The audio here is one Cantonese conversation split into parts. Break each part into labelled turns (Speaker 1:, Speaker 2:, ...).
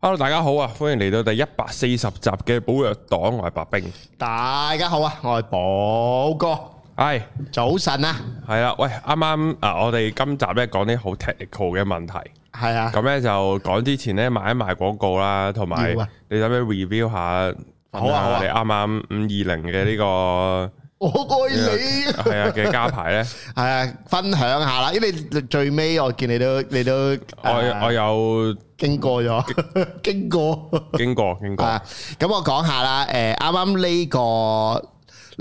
Speaker 1: Hello，大家好啊！歡迎嚟到第一百四十集嘅寶藥黨，我係白冰。
Speaker 2: 大家好啊，我係寶哥，
Speaker 1: 係
Speaker 2: 早晨啊，
Speaker 1: 係啦，喂，啱啱啊，我哋今集咧講啲好 technical 嘅問題，
Speaker 2: 係啊，
Speaker 1: 咁咧就講之前咧賣一賣廣告啦，同埋
Speaker 2: 要啊
Speaker 1: 你使唔使 review 下？
Speaker 2: 好啊好啊
Speaker 1: 你啱啱五二零嘅呢 個
Speaker 2: 我愛你，
Speaker 1: 係啊嘅加牌咧，
Speaker 2: 係啊，分享下啦，因為你最尾我見你都你都
Speaker 1: 我我
Speaker 2: 誒
Speaker 1: 有
Speaker 2: 經過咗， 經過。
Speaker 1: 經過經過，
Speaker 2: 啊，咁我講下啦，誒啱啱呢個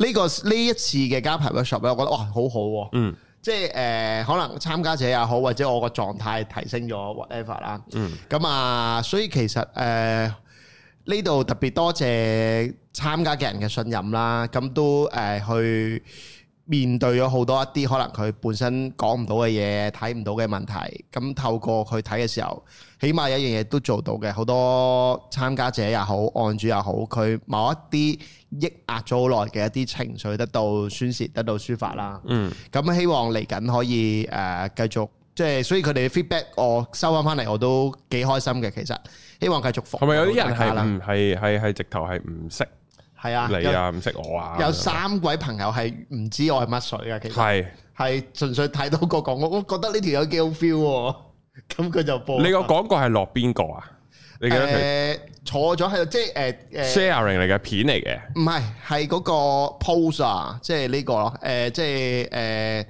Speaker 2: 呢、個呢一次嘅加排 workshop 咧，我覺得哇好好喎、
Speaker 1: 嗯，
Speaker 2: 即係誒、可能參加者也好，或者我個狀態提升咗 whatever 啦，嗯，咁啊，所以其實誒呢度特別多謝參加嘅人嘅信任啦，咁都誒、去。面對咗好多一啲可能佢本身講唔到嘅嘢，睇唔到嘅問題，咁透過佢睇嘅時候，起碼有一樣嘢都做到嘅。好多參加者也好，案主也好，佢某一啲抑壓咗好耐嘅一啲情緒得到宣泄，得到抒發啦。
Speaker 1: 嗯，
Speaker 2: 咁希望嚟緊可以誒、呃、繼續，即係所以佢哋嘅 feedback 我收翻翻嚟，我都幾開心嘅。其實希望繼續服務
Speaker 1: 係咪有啲
Speaker 2: 到
Speaker 1: 人
Speaker 2: 大家
Speaker 1: 係
Speaker 2: 啦？
Speaker 1: 唔係係係直頭係唔識
Speaker 2: 係啊，
Speaker 1: 你啊，唔識我啊？
Speaker 2: 有有三位朋友係唔知我係乜水嘅，其實。
Speaker 1: 係
Speaker 2: 係純粹睇到個廣告，我覺得呢條友幾好 feel 喎， 咁佢就報。
Speaker 1: 你個廣告係落邊個啊？你記得佢？
Speaker 2: 誒坐咗喺度，即係誒誒，
Speaker 1: sharing 嚟嘅片嚟嘅，
Speaker 2: 唔係係嗰個 pose 啊，即係呢個咯，誒即係誒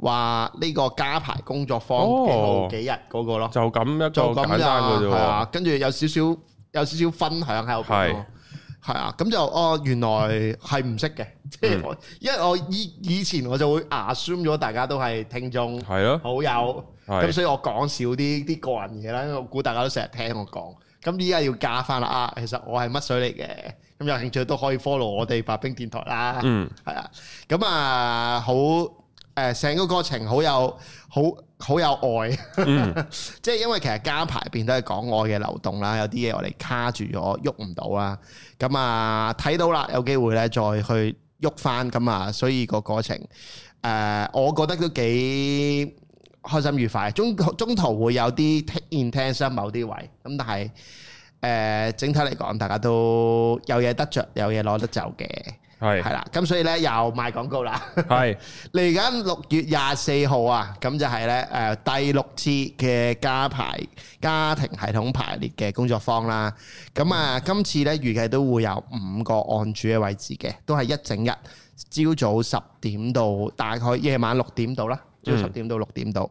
Speaker 2: 話呢個加排工作坊
Speaker 1: 哦
Speaker 2: 幾號幾日嗰個咯，
Speaker 1: 就咁一
Speaker 2: 就
Speaker 1: 個
Speaker 2: 咁
Speaker 1: 簡單嘅
Speaker 2: 咋，
Speaker 1: 啫
Speaker 2: 係
Speaker 1: 喎。
Speaker 2: 啊，跟住有少少有少少分享喺後邊
Speaker 1: 係
Speaker 2: 咯。係啊，咁就哦，原來係唔識嘅，即
Speaker 1: 嗯
Speaker 2: 係我，因為我以以前我就會 assume 咗大家都係啊聽眾，
Speaker 1: 係咯，
Speaker 2: 好友，
Speaker 1: 係
Speaker 2: 咁所以我講少啲啲個人嘢啦，因為我估大家都成日聽我講。咁依家要加翻啦啊，其實我係乜水嚟嘅，咁有興趣都可以 follow 我哋白冰電台啦。
Speaker 1: 嗯，
Speaker 2: 係啊，咁啊好誒，成個過程好有好好有愛， 即係因為其實加排變都係講愛嘅流動啦，有啲嘢我哋卡住咗，喐唔到啦。咁啊睇到啦，有機會咧再去喐翻，咁啊，所以個過程誒、我覺得都幾開心愉快。中中途會有啲 take intense 啦某啲位，咁但係。誒、整體嚟講，大家都有嘢得着，有嘢攞得走嘅。
Speaker 1: 係
Speaker 2: 係啦，咁所以咧又賣廣告啦。
Speaker 1: 係
Speaker 2: 嚟緊六月廿四號啊，咁就係咧誒第六次嘅家排家庭系統排列嘅工作坊啦。咁啊，今次咧預計都會有五個案主嘅位置嘅，都係一整日，朝早十點到大概夜晚六點到啦，朝十點到六點到。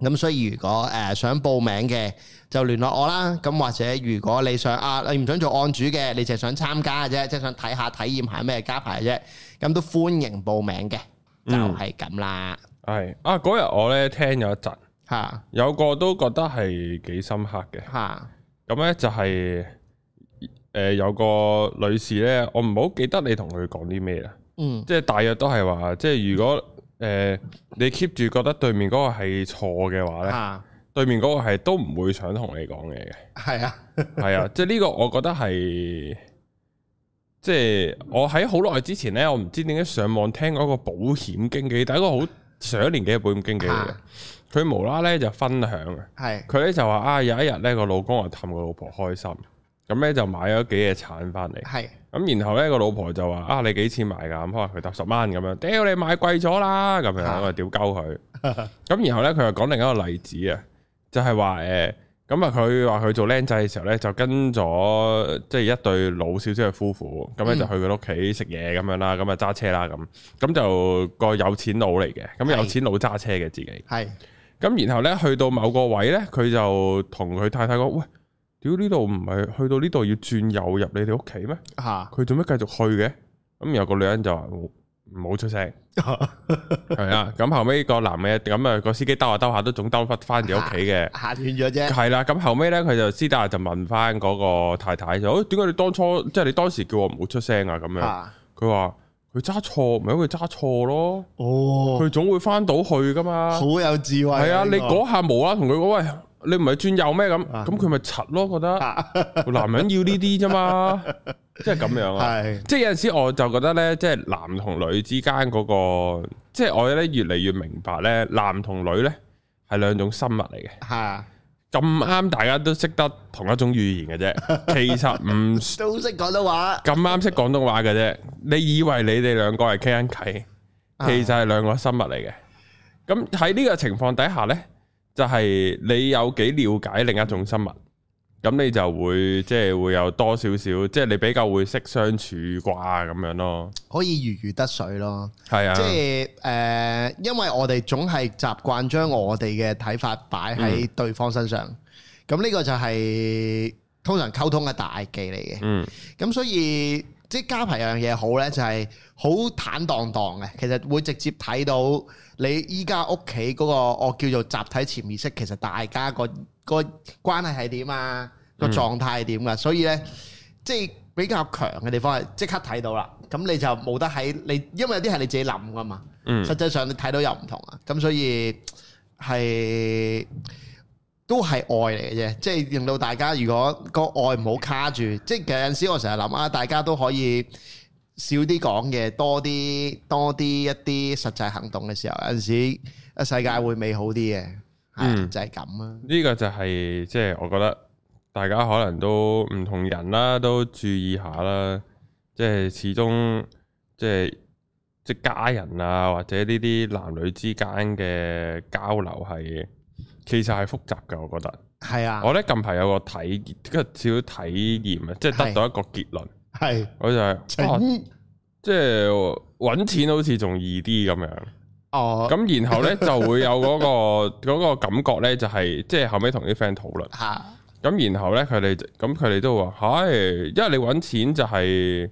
Speaker 2: 咁所以如果誒、呃想報名嘅，就聯絡我啦。咁或者如果你想啊，你唔想做案主嘅，你淨係想參加嘅啫，即係想睇下體驗下咩加牌啫。咁都歡迎報名嘅，就
Speaker 1: 嗯
Speaker 2: 係咁啦
Speaker 1: 係啊！嗰日我咧聽咗一陣，
Speaker 2: 嚇
Speaker 1: 有個都覺得係幾深刻嘅。
Speaker 2: 嚇
Speaker 1: 咁咧就係誒有個女士咧，我唔好記得你同佢講啲咩啦。
Speaker 2: 嗯
Speaker 1: 即係大約都係話，即係如果誒你 keep 住覺得對面嗰個係錯嘅話咧，
Speaker 2: 嚇
Speaker 1: 對面嗰個係都唔會想同你講嘢嘅。
Speaker 2: 係啊
Speaker 1: 系啊，即系呢個我覺得係，即系我喺好耐之前咧，我唔知點解上網聽嗰個保險經紀，但係一個好上一年紀嘅保險經紀嚟嘅
Speaker 2: 啊，
Speaker 1: 佢無啦咧就分享啊，
Speaker 2: 係
Speaker 1: 佢咧就話啊有一日咧個老公啊氹個老婆開心，咁咧就買咗幾嘢產翻嚟，
Speaker 2: 係
Speaker 1: 咁然後咧個老婆就話啊你幾錢買㗎？咁可能佢搭十蚊咁樣，屌你買貴咗啦咁樣，
Speaker 2: 啊
Speaker 1: 我就屌鳩佢。咁然後咧，佢又講另一個例子啊，就係話誒，呃咁啊佢話佢做僆仔嘅時候咧，就跟咗即係一對老少少嘅夫婦，咁咧
Speaker 2: 嗯
Speaker 1: 就去佢屋企食嘢咁樣啦，咁啊揸車啦咁，咁就個有錢佬嚟嘅，咁
Speaker 2: 係
Speaker 1: 有錢佬揸車嘅自己，
Speaker 2: 係
Speaker 1: 咁然後咧去到某個位咧，佢就同佢太太講：喂，屌呢度唔係去到呢度要轉右入你哋屋企咩？
Speaker 2: 嚇
Speaker 1: 佢做咩繼續去嘅？咁有個女人就話唔唔好出 聲。系啊，咁後尾個男嘅咁啊，個司機兜下兜下都總兜翻翻自己屋企嘅，
Speaker 2: 行遠咗啫，
Speaker 1: 係啦。咁後尾咧，佢就私底下就問翻嗰個太太就，哦，點解你當初即係你當時叫我唔好出聲啊？咁樣，
Speaker 2: 嚇
Speaker 1: 佢話佢揸錯，咪因為佢揸錯咯，
Speaker 2: 哦，
Speaker 1: 佢總會翻到去噶嘛
Speaker 2: 好。有智慧啊。
Speaker 1: 係啊，
Speaker 2: 呢
Speaker 1: 你
Speaker 2: 個
Speaker 1: 嗰下冇啦，同佢講喂，你唔係轉右咩咁？
Speaker 2: 啊
Speaker 1: 咁佢咪柒咯，覺得
Speaker 2: 嚇
Speaker 1: 男人要呢啲啫 嘛，即係咁樣啊。
Speaker 2: 係
Speaker 1: 即係有陣時我就覺得咧，即係男同女之間嗰、個，即係我咧越嚟越明白咧，男同女咧係兩種生物嚟嘅。
Speaker 2: 嚇
Speaker 1: 咁啱大家都識得同一種語言嘅啫，其實唔
Speaker 2: 都識廣東話，
Speaker 1: 咁啱識廣東話嘅啫。你以為你哋兩個係傾緊偈，其實係兩個生物嚟嘅。咁喺呢個情況底下呢，就係、你有幾了解另一種生物，咁你就會即係會有多少少，即係你比較會識相處啩咁樣咯。
Speaker 2: 可以如魚得水咯。
Speaker 1: 係啊，
Speaker 2: 即係誒、呃因為我哋總係習慣將我哋嘅睇法擺喺
Speaker 1: 嗯
Speaker 2: 對方身上，咁呢、個就係、通常溝通嘅大忌嚟嘅。
Speaker 1: 嗯
Speaker 2: 咁所以即係加排有樣嘢好呢，就係、好坦蕩蕩嘅，其實會直接睇到你依家屋企嗰個我叫做集體潛意識，其實大家個個關係係點啊，個
Speaker 1: 嗯
Speaker 2: 狀態係點噶，所以呢，即係比較強嘅地方係即刻睇到啦，咁你就冇得喺你，因為有啲係你自己諗噶嘛，
Speaker 1: 嗯
Speaker 2: 實際上你睇到又唔同啊，咁所以係。都係愛嚟嘅啫，即係令到大家如果個愛唔好卡住，即係有陣時我成日諗啊，大家都可以少啲講嘢，多啲多啲一啲實際行動嘅時候，有陣時啊世界會美好啲嘅，係、
Speaker 1: 嗯
Speaker 2: 就係咁啦。
Speaker 1: 呢個就係即係我覺得大家可能都唔同人啦，都注意下啦。即係始終即係即係家人啊，或者呢啲男女之間嘅交流係其實係複雜嘅。我覺得
Speaker 2: 係啊，
Speaker 1: 我咧近排有個體即係少少體驗啊，即係得
Speaker 2: 係
Speaker 1: 到一個結論，
Speaker 2: 係
Speaker 1: 我就係、哇即係揾錢好似仲易啲咁樣。
Speaker 2: 哦
Speaker 1: 咁然後咧就會有嗰、個嗰 個感覺咧，就係、即係後尾同啲 friend 討論。
Speaker 2: 嚇
Speaker 1: 咁然後咧，佢哋就咁佢哋都話：，唉，因為你揾錢就係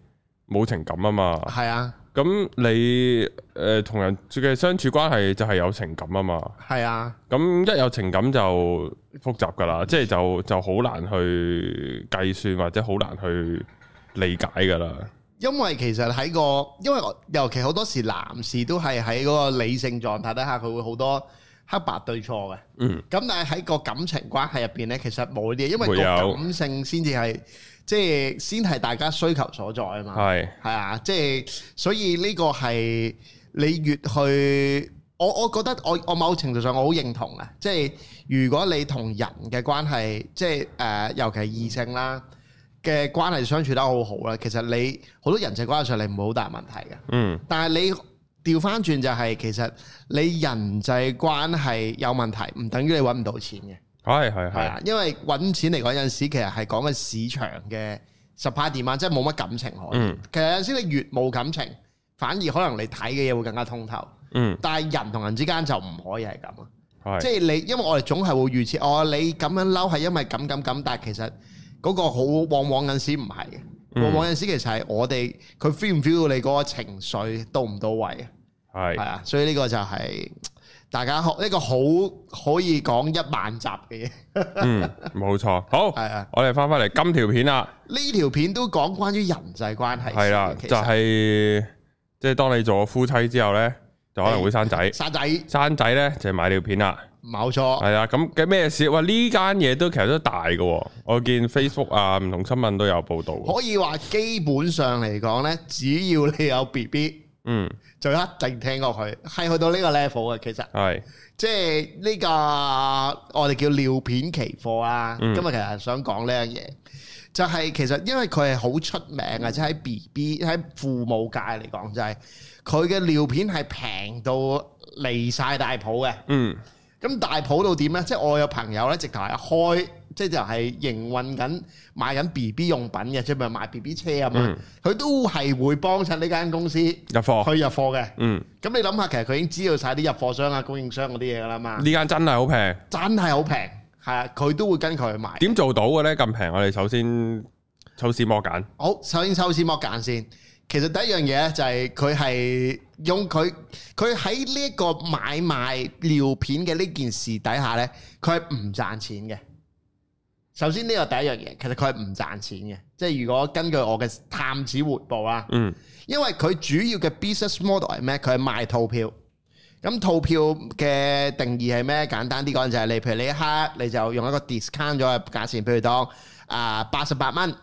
Speaker 1: 冇情感啊嘛。
Speaker 2: 係啊
Speaker 1: 咁你誒同、人嘅相處關係就係有情感啊嘛。
Speaker 2: 係啊
Speaker 1: 咁一有情感就複雜㗎啦，即係就就好難去計算或者好難去理解㗎啦。
Speaker 2: 因為其實喺個，因為我尤其好多時男士都係喺嗰個理性狀態底下，佢會好多黑白對錯嘅。
Speaker 1: 嗯，
Speaker 2: 咁但係喺個感情關係入邊咧，其實冇呢啲嘢，因為個
Speaker 1: 會有
Speaker 2: 感性先至係即係先係大家需求所在啊嘛。
Speaker 1: 係，
Speaker 2: 係啊，即係所以呢個係你越去，我我覺得我我某程度上我好認同啊，即係如果你同人嘅關係，即係誒、呃尤其係異性啦嘅關係相處得好好啦，其實你好多人際關係上你唔會好大問題嘅。
Speaker 1: 嗯
Speaker 2: 但係你調翻轉就係、其實你人際關係有問題，唔等於你揾唔到錢嘅，
Speaker 1: 係係
Speaker 2: 係
Speaker 1: 係，
Speaker 2: 啊，因為揾錢嚟講有陣時其實係講嘅市場嘅 supply demand，即係冇乜感情可言。
Speaker 1: 嗯
Speaker 2: 其實有陣時你越冇感情，反而可能你睇嘅嘢會更加通透。
Speaker 1: 嗯
Speaker 2: 但係人同人之間就唔可以係咁啊！即
Speaker 1: 係，
Speaker 2: 係你，因為我哋總係會預設，哦，你咁樣嬲係因為咁咁咁，但係其實嗰個好往往有陣時唔係嘅，
Speaker 1: 嗯
Speaker 2: 往往有陣時其實係我哋佢 feel 唔 feel 到你嗰個情緒到唔到位啊，係
Speaker 1: 係
Speaker 2: 啊，所以呢個就係大家學呢個好可以講一萬集嘅嘢，
Speaker 1: 嗯冇錯。好，
Speaker 2: 係啊，
Speaker 1: 我哋翻返嚟今條片啦。
Speaker 2: 呢條片都講關於人際關係，
Speaker 1: 系啦，
Speaker 2: 其實
Speaker 1: 就係即係當你做咗夫妻之後咧，就可能會生仔。
Speaker 2: 沙仔
Speaker 1: 生仔咧就係買尿片啦，
Speaker 2: 冇錯，
Speaker 1: 係啦。咁嘅咩事？哇！呢間嘢都其實都大嘅喎，我見 Facebook 啊，唔同新聞都有報導嘅。
Speaker 2: 可以話基本上嚟講呢，只要你有 B B
Speaker 1: 嗯，
Speaker 2: 就一定聽過佢，係去到呢個 level 嘅其實。
Speaker 1: 係
Speaker 2: 即係呢個我哋叫尿片期貨啦。
Speaker 1: 嗯
Speaker 2: 今日其實想講呢樣嘢，就係、其實因為佢係好出名嘅，即係喺 B B 喺父母界嚟講，就係佢嘅尿片係平到離晒大譜嘅。
Speaker 1: 嗯
Speaker 2: 咁大譜到點呢？即係我有朋友呢，直頭係開，即係就係營運緊賣緊 B B 用品嘅，即係咪賣 B B 車咁樣
Speaker 1: 嗯，
Speaker 2: 佢、都係會幫襯呢間公司去
Speaker 1: 入
Speaker 2: 入
Speaker 1: 貨。
Speaker 2: 貨嘅。
Speaker 1: 嗯，
Speaker 2: 咁你諗下，其實佢已經知道晒啲入貨商啊、供應商嗰啲嘢㗎啦嘛。
Speaker 1: 呢間真係好平，
Speaker 2: 真係好平，係啊，佢都會跟佢去買。
Speaker 1: 點做到嘅咧？咁平，我哋首先抽絲剝繭。
Speaker 2: 好，首先抽絲剝繭先。其實第一樣嘢咧就係佢係用佢佢喺呢一個買賣尿片嘅呢件事底下咧，佢係唔賺錢嘅。首先呢個第一樣嘢，其實佢係唔賺錢嘅，即係如果根據我嘅探子回報啊啦。
Speaker 1: 嗯
Speaker 2: 因為佢主要嘅 business model 係咩？佢係賣套票。咁套票嘅定義係咩？簡單啲講就係你，譬如你一刻你就用一個 discount 咗嘅價錢，譬如當啊八十八蚊，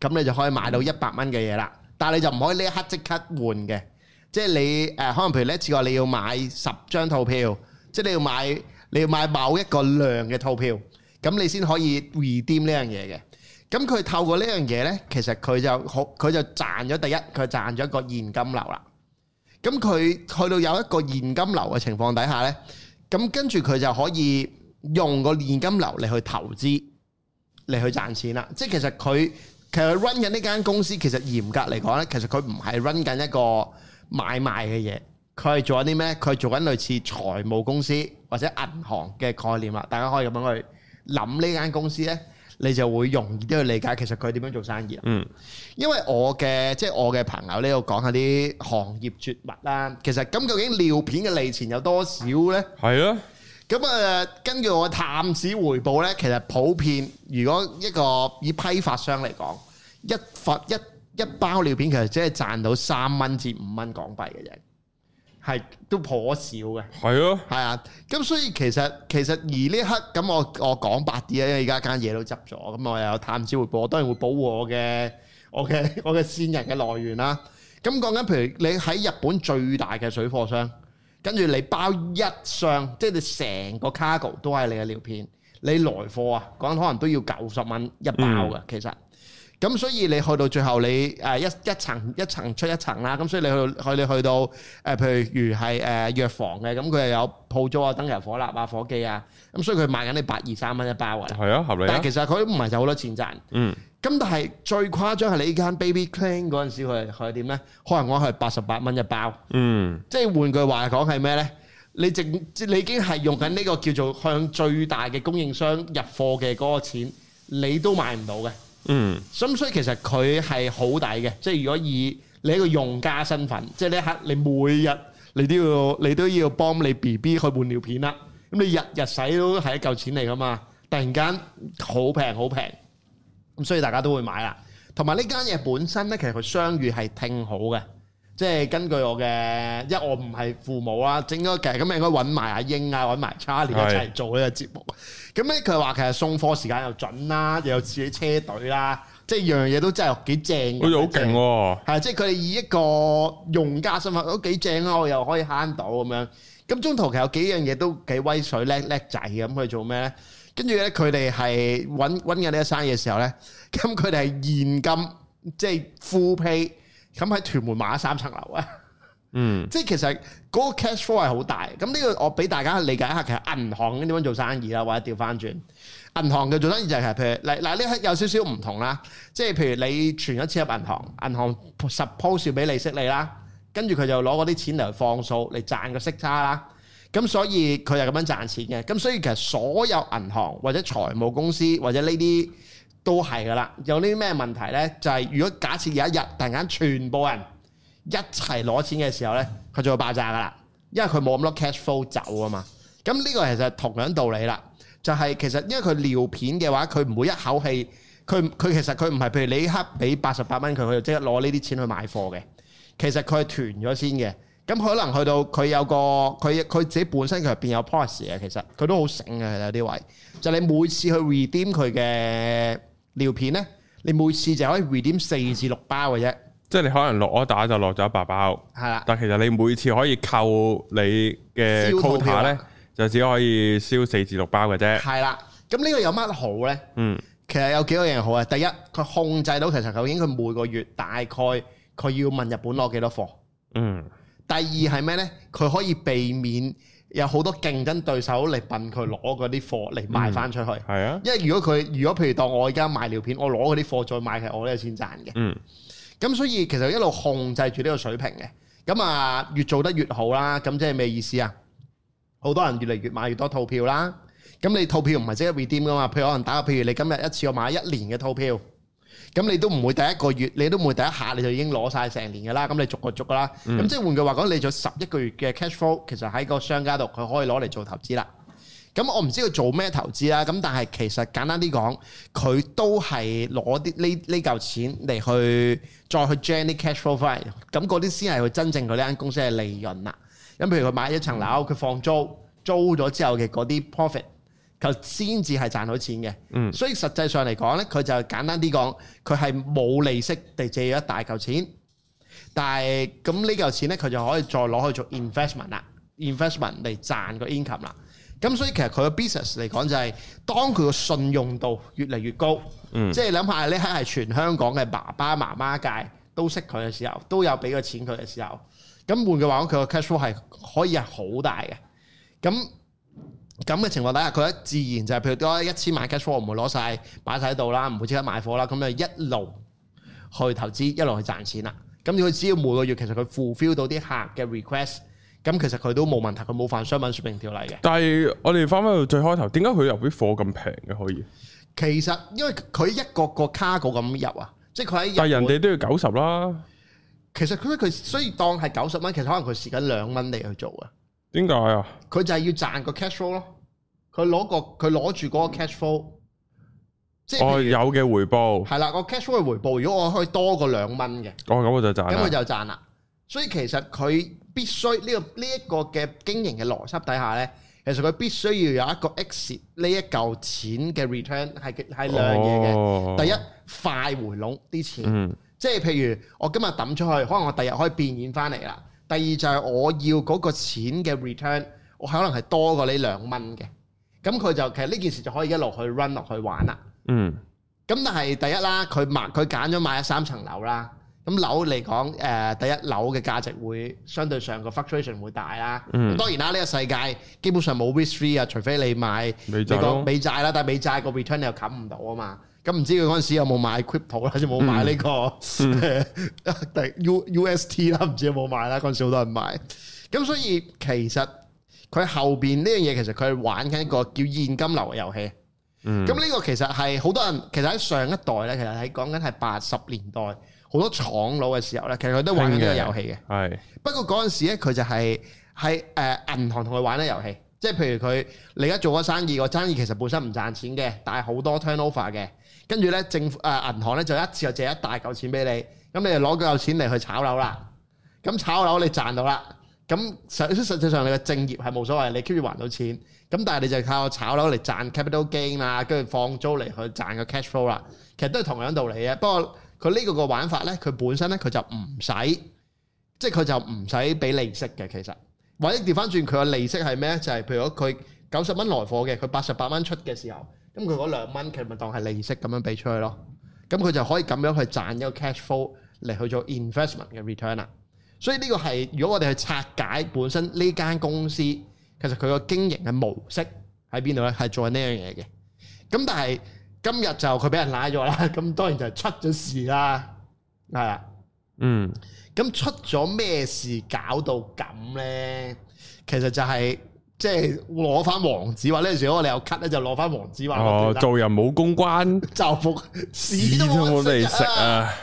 Speaker 2: 咁你就可以買到一百蚊嘅嘢啦。但係你就唔可以呢一刻即刻換嘅，即係你誒、呃可能譬如你一次過你要買十張套票，即係你要買你要買某一個量嘅套票。咁你先可以 redeem 呢樣嘢嘅。咁佢透過呢樣嘢呢，其實佢就好，佢就賺咗第一，佢賺咗一個現金流啦。咁佢去到有一個現金流嘅情況底下呢，咁跟住佢就可以用個現金流嚟去投資，嚟去賺錢啦。即係其實佢其實佢 run 緊呢間公司，其實嚴格嚟講呢，其實佢唔係 run 緊一個買賣嘅嘢，佢係做緊啲咩呢？佢係做緊類似財務公司或者銀行嘅概念啦。大家可以咁樣去諗呢間公司呢，你就會容易啲去理解其實佢點樣做生意啦。
Speaker 1: 嗯
Speaker 2: 因為我嘅即係我嘅朋友呢度講下啲行業絕密啦。其實咁究竟尿片嘅利錢有多少呢？
Speaker 1: 係咯，
Speaker 2: 咁啊，根據我探子回報呢，其實普遍如果一個以批發商嚟講，一發一一包尿片其實只係賺到三蚊至五蚊港幣嘅啫，係都頗少嘅。
Speaker 1: 係咯，
Speaker 2: 係啊，咁所以其實其實而呢刻咁我我講白啲啊，因為而家間嘢都執咗，咁我又有探知回報，我當然會保護我嘅我嘅 我嘅先人嘅來源啦。咁講緊譬如你喺日本最大嘅水貨商，跟住你包一箱，即係你成個 cargo 都係你嘅尿片，你來貨啊，講緊可能都要九十蚊一包嘅，其實。咁所以你去到最後你誒一一層一層出一層啦，咁所以你去到去你去到誒、呃譬如係誒、呃、藥房嘅，咁佢又有鋪租啊、燈油火蠟啊、火機啊，咁所以佢賣緊你八二三蚊一包啊。
Speaker 1: 係啊，合理
Speaker 2: 但
Speaker 1: 啊
Speaker 2: 係，其實佢唔係就好多錢賺，咁
Speaker 1: 嗯，
Speaker 2: 但係最誇張係你呢間 Baby Clean 嗰陣時，佢係佢係點咧？可能我係八十八蚊一包，
Speaker 1: 嗯，
Speaker 2: 即係換句話講係咩咧？你直即你已經係用緊呢個叫做向最大嘅供應商入貨嘅嗰個錢，你都買唔到嘅。
Speaker 1: 嗯，
Speaker 2: 咁所以其實佢係好抵嘅，即係如果以你一個用家身份，即係呢一刻你每日你都要你都要幫你 B B 去換尿片啦，咁你日日使都係一嚿錢嚟噶嘛，突然間好平好平，咁所以大家都會買啦。同埋呢間嘢本身呢，其實佢商譽係挺好嘅，即係根據我嘅，因為我唔係父母啦，整咗其實咁應該揾埋阿英啊，揾埋 Charlie 一齊做呢個節目。咁咧佢話其實送貨時間又準啦，又有自己車隊啦，即係樣樣嘢都真係幾正嘅。
Speaker 1: 好哎似好勁喎，
Speaker 2: 係即係佢哋以一個用家身份都幾正啊，我又可以慳到咁樣。咁中途其實有幾樣嘢都幾威水叻叻仔嘅咁去做咩咧？跟住咧佢哋係揾揾緊呢個 生意嘅時候咧，咁佢哋係現金即係 full pay，咁喺屯門買咗三層樓啊！
Speaker 1: 嗯，
Speaker 2: 即係其實嗰個 cash flow 係好大。咁呢個我俾大家理解一下，其實銀行點樣做生意啦，或者調翻轉，銀行嘅做生意就係譬如嗱嗱呢刻有少少唔同啦。即係譬如你存咗錢入銀行，銀行 suppose 要俾利息你啦，跟住佢就攞嗰啲錢嚟放數嚟賺個息差啦。咁所以佢就咁樣賺錢嘅。咁所以其實所有銀行或者財務公司或者呢啲都係噶啦。有啲咩問題呢？就係、如果假設有一日突然間全部人一齊攞錢嘅時候呢，佢就會爆炸噶啦，因為佢冇咁多 cash flow 走啊嘛。咁呢個其實同樣道理啦，就係、其實因為佢尿片嘅話，佢唔會一口氣，佢佢其實佢唔係譬如你一刻俾八十八蚊佢，佢就即刻攞呢啲錢去買貨嘅。其實佢係囤咗先嘅。咁可能去到佢有個佢佢自己本身佢入邊有 policy 嘅，其實佢都好醒嘅有啲位。就你每次去 redeem 佢嘅尿片呢，你每次就可以 redeem 四至六包嘅啫，
Speaker 1: 即係你可能落咗打就落咗一百包，
Speaker 2: 係啦。
Speaker 1: 但其實你每次可以扣你嘅
Speaker 2: 燒套票
Speaker 1: quota
Speaker 2: 啊
Speaker 1: 咧，就只可以燒四至六包嘅 啫，
Speaker 2: 係啦，咁呢個有乜好呢？
Speaker 1: 嗯，
Speaker 2: 其實有幾個嘢好啊。第一，佢控制到其實究竟佢每個月大概佢要問日本攞幾多貨。
Speaker 1: 嗯，
Speaker 2: 第二係咩呢？佢可以避免有好多競爭對手嚟笨佢攞嗰啲貨嚟賣翻出去。
Speaker 1: 係啊，
Speaker 2: 因為如果佢如果譬如當我而家賣尿片，我攞嗰啲貨再賣，其實我都有錢賺嘅。
Speaker 1: 嗯，
Speaker 2: 咁所以其實一路控制住呢個水平嘅。咁啊，越做得越好啦，咁即係咩意思啊？好多人越嚟越買越多套票啦。咁你套票唔係即刻 redeem 噶嘛？譬如可能打個譬如你今日一次我買一年嘅套票，咁你都唔會第一個月，你都唔會第一下你就已經攞晒成年噶啦。咁你逐個逐個啦。咁、即係換句話講，你仲有十一個月嘅 cash flow，其實喺個商家度佢可以攞嚟做投資啦。咁我唔知佢做咩投資啦，咁但係其實簡單啲講，佢都係攞啲呢呢嚿錢嚟去再去 gen 啲 cash flow 翻嚟，咁嗰啲先係佢真正佢呢間公司嘅利潤啦。咁譬如佢買一層樓，佢放租，租咗之後嘅嗰啲 profit，就先至係賺到錢嘅。
Speaker 1: 嗯
Speaker 2: 所以實際上嚟講呢，佢就簡單啲講，佢係冇利息地借咗一大嚿錢，但係咁呢嚿錢呢，佢就可以再攞去做 investment 啦，investment 嚟賺個 income 啦。咁所以其實佢嘅 business 嚟講就係、當佢個信用度越嚟越高，
Speaker 1: 嗯
Speaker 2: 即係諗下呢刻係全香港嘅爸爸媽媽界都識佢嘅時候，都有俾個錢佢嘅時候，咁換句話講，佢個 cash flow 係可以係好大嘅。咁咁嘅情況底下，佢一自然就係譬如多一千萬 cash flow，我唔會攞晒擺晒喺度啦，唔會即刻買貨啦，咁就一路去投資，一路去賺錢啦。咁佢只要每個月其實佢 fulfill 到啲客嘅 request，咁其實佢都冇問題，佢冇犯商品説明條例嘅。
Speaker 1: 但係我哋翻返到最開頭，點解佢入啲貨咁平嘅可以？
Speaker 2: 其實因為佢一個個卡個咁入啊，即係佢喺日
Speaker 1: 但係
Speaker 2: 本
Speaker 1: 人哋都要九十啦，
Speaker 2: 其實佢佢雖然當係九十蚊，其實可能佢蝕緊兩蚊嚟去做啊。
Speaker 1: 點解啊？
Speaker 2: 佢就係要賺個 cash flow 咯。佢攞個佢攞住嗰個 cash flow，即係譬
Speaker 1: 哦，
Speaker 2: 如
Speaker 1: 有嘅回報，
Speaker 2: 係啦個 cash flow 嘅回報，如果我可以多過兩蚊嘅，
Speaker 1: 哦咁我就賺
Speaker 2: 咁佢
Speaker 1: 啦。
Speaker 2: 就賺啦。所以其實佢必須呢、個呢一、個嘅經營嘅邏輯底下咧，其實佢必須要有一個 exit 呢一嚿錢嘅 return 係係兩樣嘢嘅。
Speaker 1: 哦
Speaker 2: 第一，快回籠啲錢。
Speaker 1: 嗯
Speaker 2: 即係譬如我今日抌出去，可能我第日可以變現翻嚟啦。第二就係我要嗰個錢嘅 return，我可能係多過你兩蚊嘅。咁佢就其實呢件事就可以一路去 run 落去玩啦。
Speaker 1: 嗯，
Speaker 2: 咁但係第一啦，佢買佢揀咗買咗三層樓啦。咁樓嚟講，誒、第一樓嘅價值會相對上個 fluctuation 會大啦。
Speaker 1: 嗯
Speaker 2: 當然啦，呢、個世界基本上冇 risk free 啊，除非你買
Speaker 1: 美
Speaker 2: 你
Speaker 1: 債
Speaker 2: 講
Speaker 1: 咯，
Speaker 2: 美債啦，但係美債個 return 你又冚唔到啊嘛。咁唔知佢嗰陣時有冇買 crypto 啦，即冇
Speaker 1: 嗯
Speaker 2: 買呢、 個 U UST 啦，唔知有冇買啦。嗰陣時好多人買，咁所以其實佢後邊呢樣嘢其實佢係玩緊一個叫現金流嘅遊戲。
Speaker 1: 嗯
Speaker 2: 咁呢個其實係好多人，其實喺上一代咧，其實係講緊係八十年代好多廠佬嘅時候咧，其實佢都玩緊呢個遊戲嘅。
Speaker 1: 係
Speaker 2: 不過嗰陣時咧，佢就係係誒銀行同佢玩嘅遊戲，即係譬如佢你而家做嗰生意，個生意其實本身唔賺錢嘅，但係好多 turnover 嘅，跟住咧政府誒、銀行咧就一次就借一大嚿錢俾你，咁你就攞嗰嚿錢嚟去炒樓啦。咁炒樓你賺到啦，咁實實際上你嘅正業係冇所謂，你 keep 住還到錢，咁但係你就靠炒樓嚟賺 capital gain 啦，跟住放租嚟去賺個 cash flow 啦，其實都係同樣道理嘅。不過佢呢個個玩法咧，佢本身咧佢就唔使。即係佢就唔使俾利息嘅，其實或者調翻轉佢個利息係咩咧？就係、譬如果佢九十蚊來貨嘅，佢八十八蚊出嘅時候，咁佢嗰兩蚊佢咪當係利息咁樣俾出去咯。咁佢就可以咁樣去賺一個 cash flow 嚟去做 investment 嘅 return 啦。所以呢個係如果我哋去拆解本身呢間公司，其實佢個經營嘅模式喺邊度咧？係做緊呢樣嘢嘅。咁但係今日就佢俾人拉咗啦，咁當然就係出咗事啦，係啊啦。
Speaker 1: 嗯
Speaker 2: 咁出咗咩事搞到咁呢？其實就係、即係攞翻黃子華呢陣時，我哋有 cut 咧，就攞翻黃子華
Speaker 1: 哦
Speaker 2: 嗰，段啦
Speaker 1: 做人冇公 關，
Speaker 2: 就 服屎
Speaker 1: 屎
Speaker 2: 都
Speaker 1: 都
Speaker 2: 冇
Speaker 1: 冇得
Speaker 2: 得食
Speaker 1: 食
Speaker 2: 啊！
Speaker 1: 啊！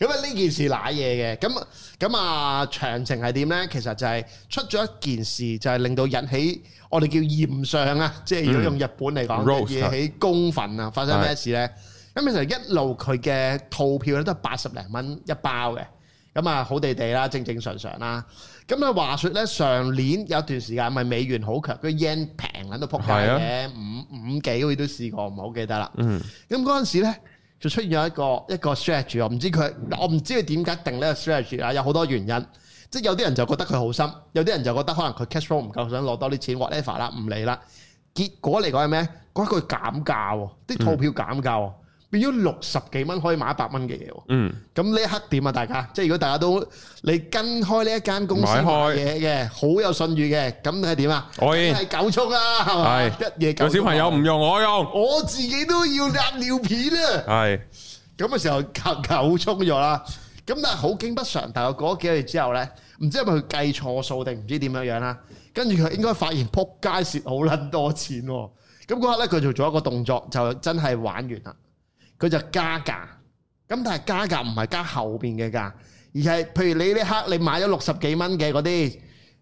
Speaker 2: 咁啊呢件事賴嘢嘅，咁咁啊詳情係點呢？其實就係出咗一件事，就係令到引起我哋叫炎上啊，即係如果
Speaker 1: 嗯
Speaker 2: 用日本嚟講，
Speaker 1: Roast
Speaker 2: 惹起公憤啊！發生咩事呢？咁其實一路佢嘅套票咧都係八十零蚊一包嘅，咁啊好地地啦，正正常常啦。咁啊話説咧，上年有一段時間咪美元好強，跟住 yen 平喺度撲街嘅，五五幾好似都試過，唔係好記得啦。
Speaker 1: 嗯，
Speaker 2: 咁嗰陣時咧就出現咗一個一個 strategy，我唔知佢，我唔知佢點解定呢個 strategy 啊，有好多原因。即係有啲人就覺得佢好心，有啲人就覺得可能佢 cash flow 唔夠，想攞多啲錢 whatever 啦，唔理啦。結果嚟講係咩？嗰一句減價喎，啲套票減價喎，變咗六十幾蚊可以買一百蚊嘅嘢喎。
Speaker 1: 嗯，
Speaker 2: 咁呢一刻點啊？大家即係如果大家都你跟開呢一間公司買
Speaker 1: 買開
Speaker 2: 嘢嘅，好有信譽嘅，咁係點啊？
Speaker 1: 我
Speaker 2: 梗
Speaker 1: 已
Speaker 2: 係九衝啦，係嘛？
Speaker 1: 係
Speaker 2: 一夜九
Speaker 1: 有
Speaker 2: 衝
Speaker 1: 小朋友唔用我用，
Speaker 2: 我自己都要揦尿片啊！
Speaker 1: 係
Speaker 2: 咁嘅時候求求衝咗啦。咁但係好景不常，大概過咗幾個月之後咧，唔知係咪佢計錯數定唔知點樣樣啦。跟住佢應該發現撲街蝕好撚多錢喎。咁嗰刻咧，佢就做咗一個動作，就真係玩完啦。佢就加價，咁但係加價唔係加後邊嘅價，而係譬如你呢刻你買咗六十幾蚊嘅嗰啲，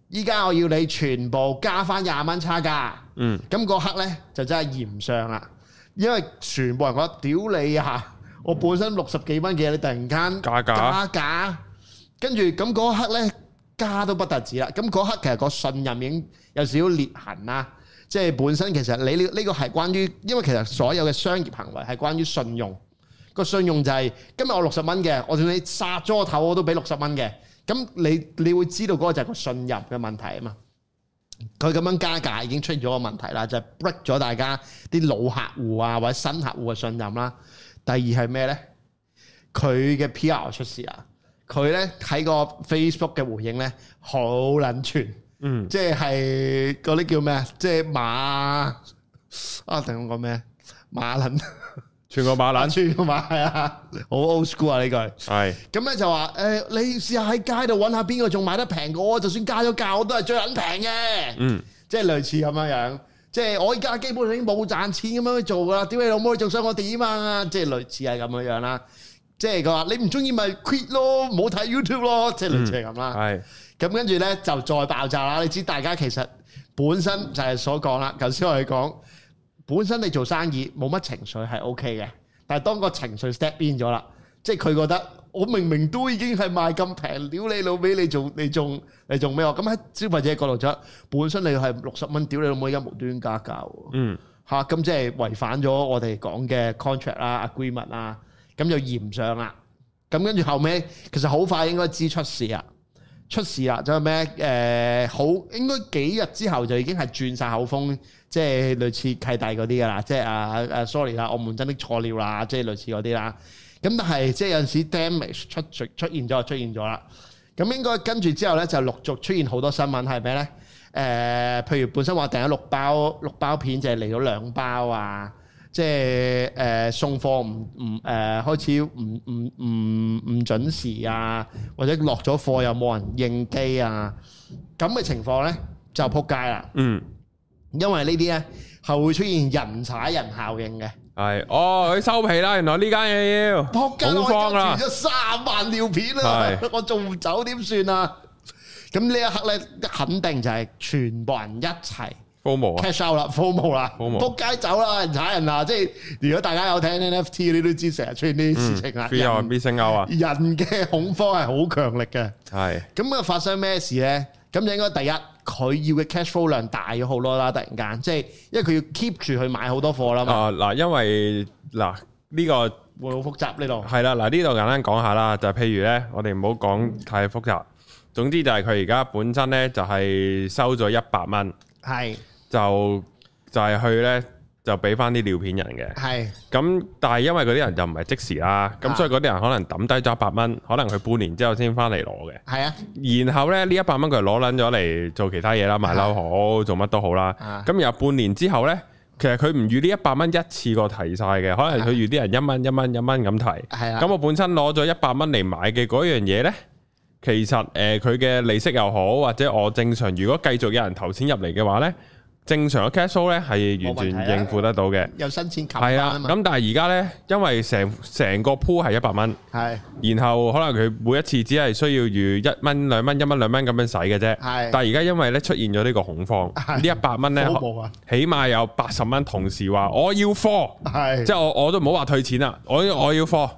Speaker 2: 依家我要你全部加翻廿蚊差價。
Speaker 1: 嗯，
Speaker 2: 咁嗰刻呢，就真係嫌上啦，因為全部人覺得屌你啊！我本身六十幾蚊嘅嘢，你突然間
Speaker 1: 加價
Speaker 2: 加價，跟住咁嗰刻呢，加都不特止啦。咁嗰刻其實個信任已經有少少裂痕啦。即係本身其實你呢呢個係關於，因為其實所有嘅商業行為係關於信用。個信用就係、今日我六十蚊嘅，我就算你殺咗我頭我都俾六十蚊嘅。咁你你會知道嗰個就係個信任嘅問題啊嘛。佢咁樣加價已經出現咗個問題啦，就係、break 咗大家啲老客戶啊或者新客戶嘅信任啦。第二係咩呢？佢嘅 PR 出事啦，佢呢喺個 Facebook 嘅回應呢，好撚串，
Speaker 1: 嗯，
Speaker 2: 即係嗰啲叫咩啊？即係馬啊定我講咩馬撚
Speaker 1: 串個馬
Speaker 2: 撚
Speaker 1: 撚，
Speaker 2: 串馬係啊，好 old school 啊呢句。
Speaker 1: 係
Speaker 2: 咁咧就話誒、你試下喺街度揾下邊個仲買得平過我，就算加咗價我都係最撚平嘅，
Speaker 1: 嗯
Speaker 2: 即係類似咁樣樣。即係我而家基本上已經冇賺錢咁樣去做噶啦，屌你老母，你仲想我點啊？即係類似係咁樣樣啦。即係佢話你唔中意咪 quit 咯，唔好睇 YouTube 咯，即係類似係咁啦。
Speaker 1: 係
Speaker 2: 咁跟住呢，就再爆炸啦！你知大家其實本身就係所講啦，頭先我哋講，本身你做生意冇乜情緒係 O K 嘅，但係當個情緒 step in 咗啦，即係佢覺得我明明都已經係賣咁平，屌你老味，你仲你仲你仲咩喎？咁喺消費者角度就本身你係六十蚊，屌你老母，而家無端加價喎。
Speaker 1: 嗯
Speaker 2: 嚇，咁即係違反咗我哋講嘅 contract 啦、agreement 啦，咁就嫌上啦。咁跟住後尾，其實好快應該知出事啦，出事啦，就係咩？誒、好應該幾日之後就已經係轉晒口風，即係類似契弟嗰啲噶啦，即係啊啊 sorry 啦，我們真的錯了啦，即係類似嗰啲啦。咁但係即係有陣時 damage 出出出現咗就出現咗啦。咁應該跟住之後咧，就陸續出現好多新聞係咩咧？誒、譬如本身話訂咗六包六包片，就係嚟咗兩包啊！即係誒、送貨唔唔誒開始唔唔唔唔準時啊，或者落咗貨又冇人應機啊，咁嘅情況咧就撲街啦！
Speaker 1: 嗯
Speaker 2: 因為呢啲咧係會出現人踩人效應嘅。
Speaker 1: 係，哦佢收皮啦，原來呢間嘢要
Speaker 2: 仆街，
Speaker 1: 恐
Speaker 2: 我而
Speaker 1: 慌啊
Speaker 2: 家
Speaker 1: 啦
Speaker 2: 囤，咗三萬尿片啦， 我仲唔走點算啊？咁呢一刻咧，肯定就係全部人一齊。
Speaker 1: f o m o 啊，
Speaker 2: cash out 啦，FOMO 啦
Speaker 1: FOMO
Speaker 2: 仆街走啦，人踩人啦，即係如果大家有聽 NFT，你都知成日出現呢啲
Speaker 1: Ừ.
Speaker 2: 事情啦。
Speaker 1: free 啊
Speaker 2: 人
Speaker 1: b 升歐啊，
Speaker 2: 人嘅恐慌係好強力嘅，
Speaker 1: 係
Speaker 2: 咁啊發生咩事呢？咁就應該第一，佢要嘅 cash flow 量大咗好多啦，突然間，即係因為佢要 keep 住去買好多貨啦嘛，
Speaker 1: 啊嗱，因為嗱呢個。
Speaker 2: 會好複雜呢度。
Speaker 1: 係啦，嗱呢度簡單講下啦，就係譬如呢，我哋唔好講太複雜。總之就係佢而家本身呢，就係收咗一百蚊，
Speaker 2: 係
Speaker 1: 就就係去呢，就俾翻啲尿片人嘅。
Speaker 2: 係
Speaker 1: 咁但係因為嗰啲人就唔係即時啦，咁
Speaker 2: 啊
Speaker 1: 所以嗰啲人可能抌低咗一百蚊，可能佢半年之後先翻嚟攞
Speaker 2: 係啊，
Speaker 1: 嘅。然後呢，呢一百蚊佢係攞撚咗嚟做其他嘢啦，賣樓好，做乜都好啦
Speaker 2: 啊。
Speaker 1: 咁然後半年之後呢，其實佢唔預呢一百蚊一次過提晒嘅，可能佢預啲人一蚊一蚊一蚊咁提。
Speaker 2: 係
Speaker 1: 咁
Speaker 2: 啊，
Speaker 1: 我本身攞咗一百蚊嚟買嘅嗰樣嘢呢，其實誒佢嘅利息又好，或者我正常如果繼續有人投錢入嚟嘅話呢，正常嘅 cash flow 呢係完
Speaker 2: 冇問
Speaker 1: 全
Speaker 2: 題啊
Speaker 1: 應付得到嘅。
Speaker 2: 有新錢冚
Speaker 1: 係
Speaker 2: 翻
Speaker 1: 啊，
Speaker 2: 啊嘛，
Speaker 1: 咁但係而家呢，因為成成個 pool 係一百蚊，
Speaker 2: 係
Speaker 1: 然後可能佢每一次只係需要預一蚊、兩蚊、一蚊、兩蚊咁樣使嘅啫。
Speaker 2: 係
Speaker 1: 但係而家因為呢出現咗呢個恐慌，呢一百蚊呢，
Speaker 2: 好冇啊，
Speaker 1: 起碼有八十蚊同時話我要貨。
Speaker 2: 係
Speaker 1: 即係我我都唔好話退錢啦，我我要貨。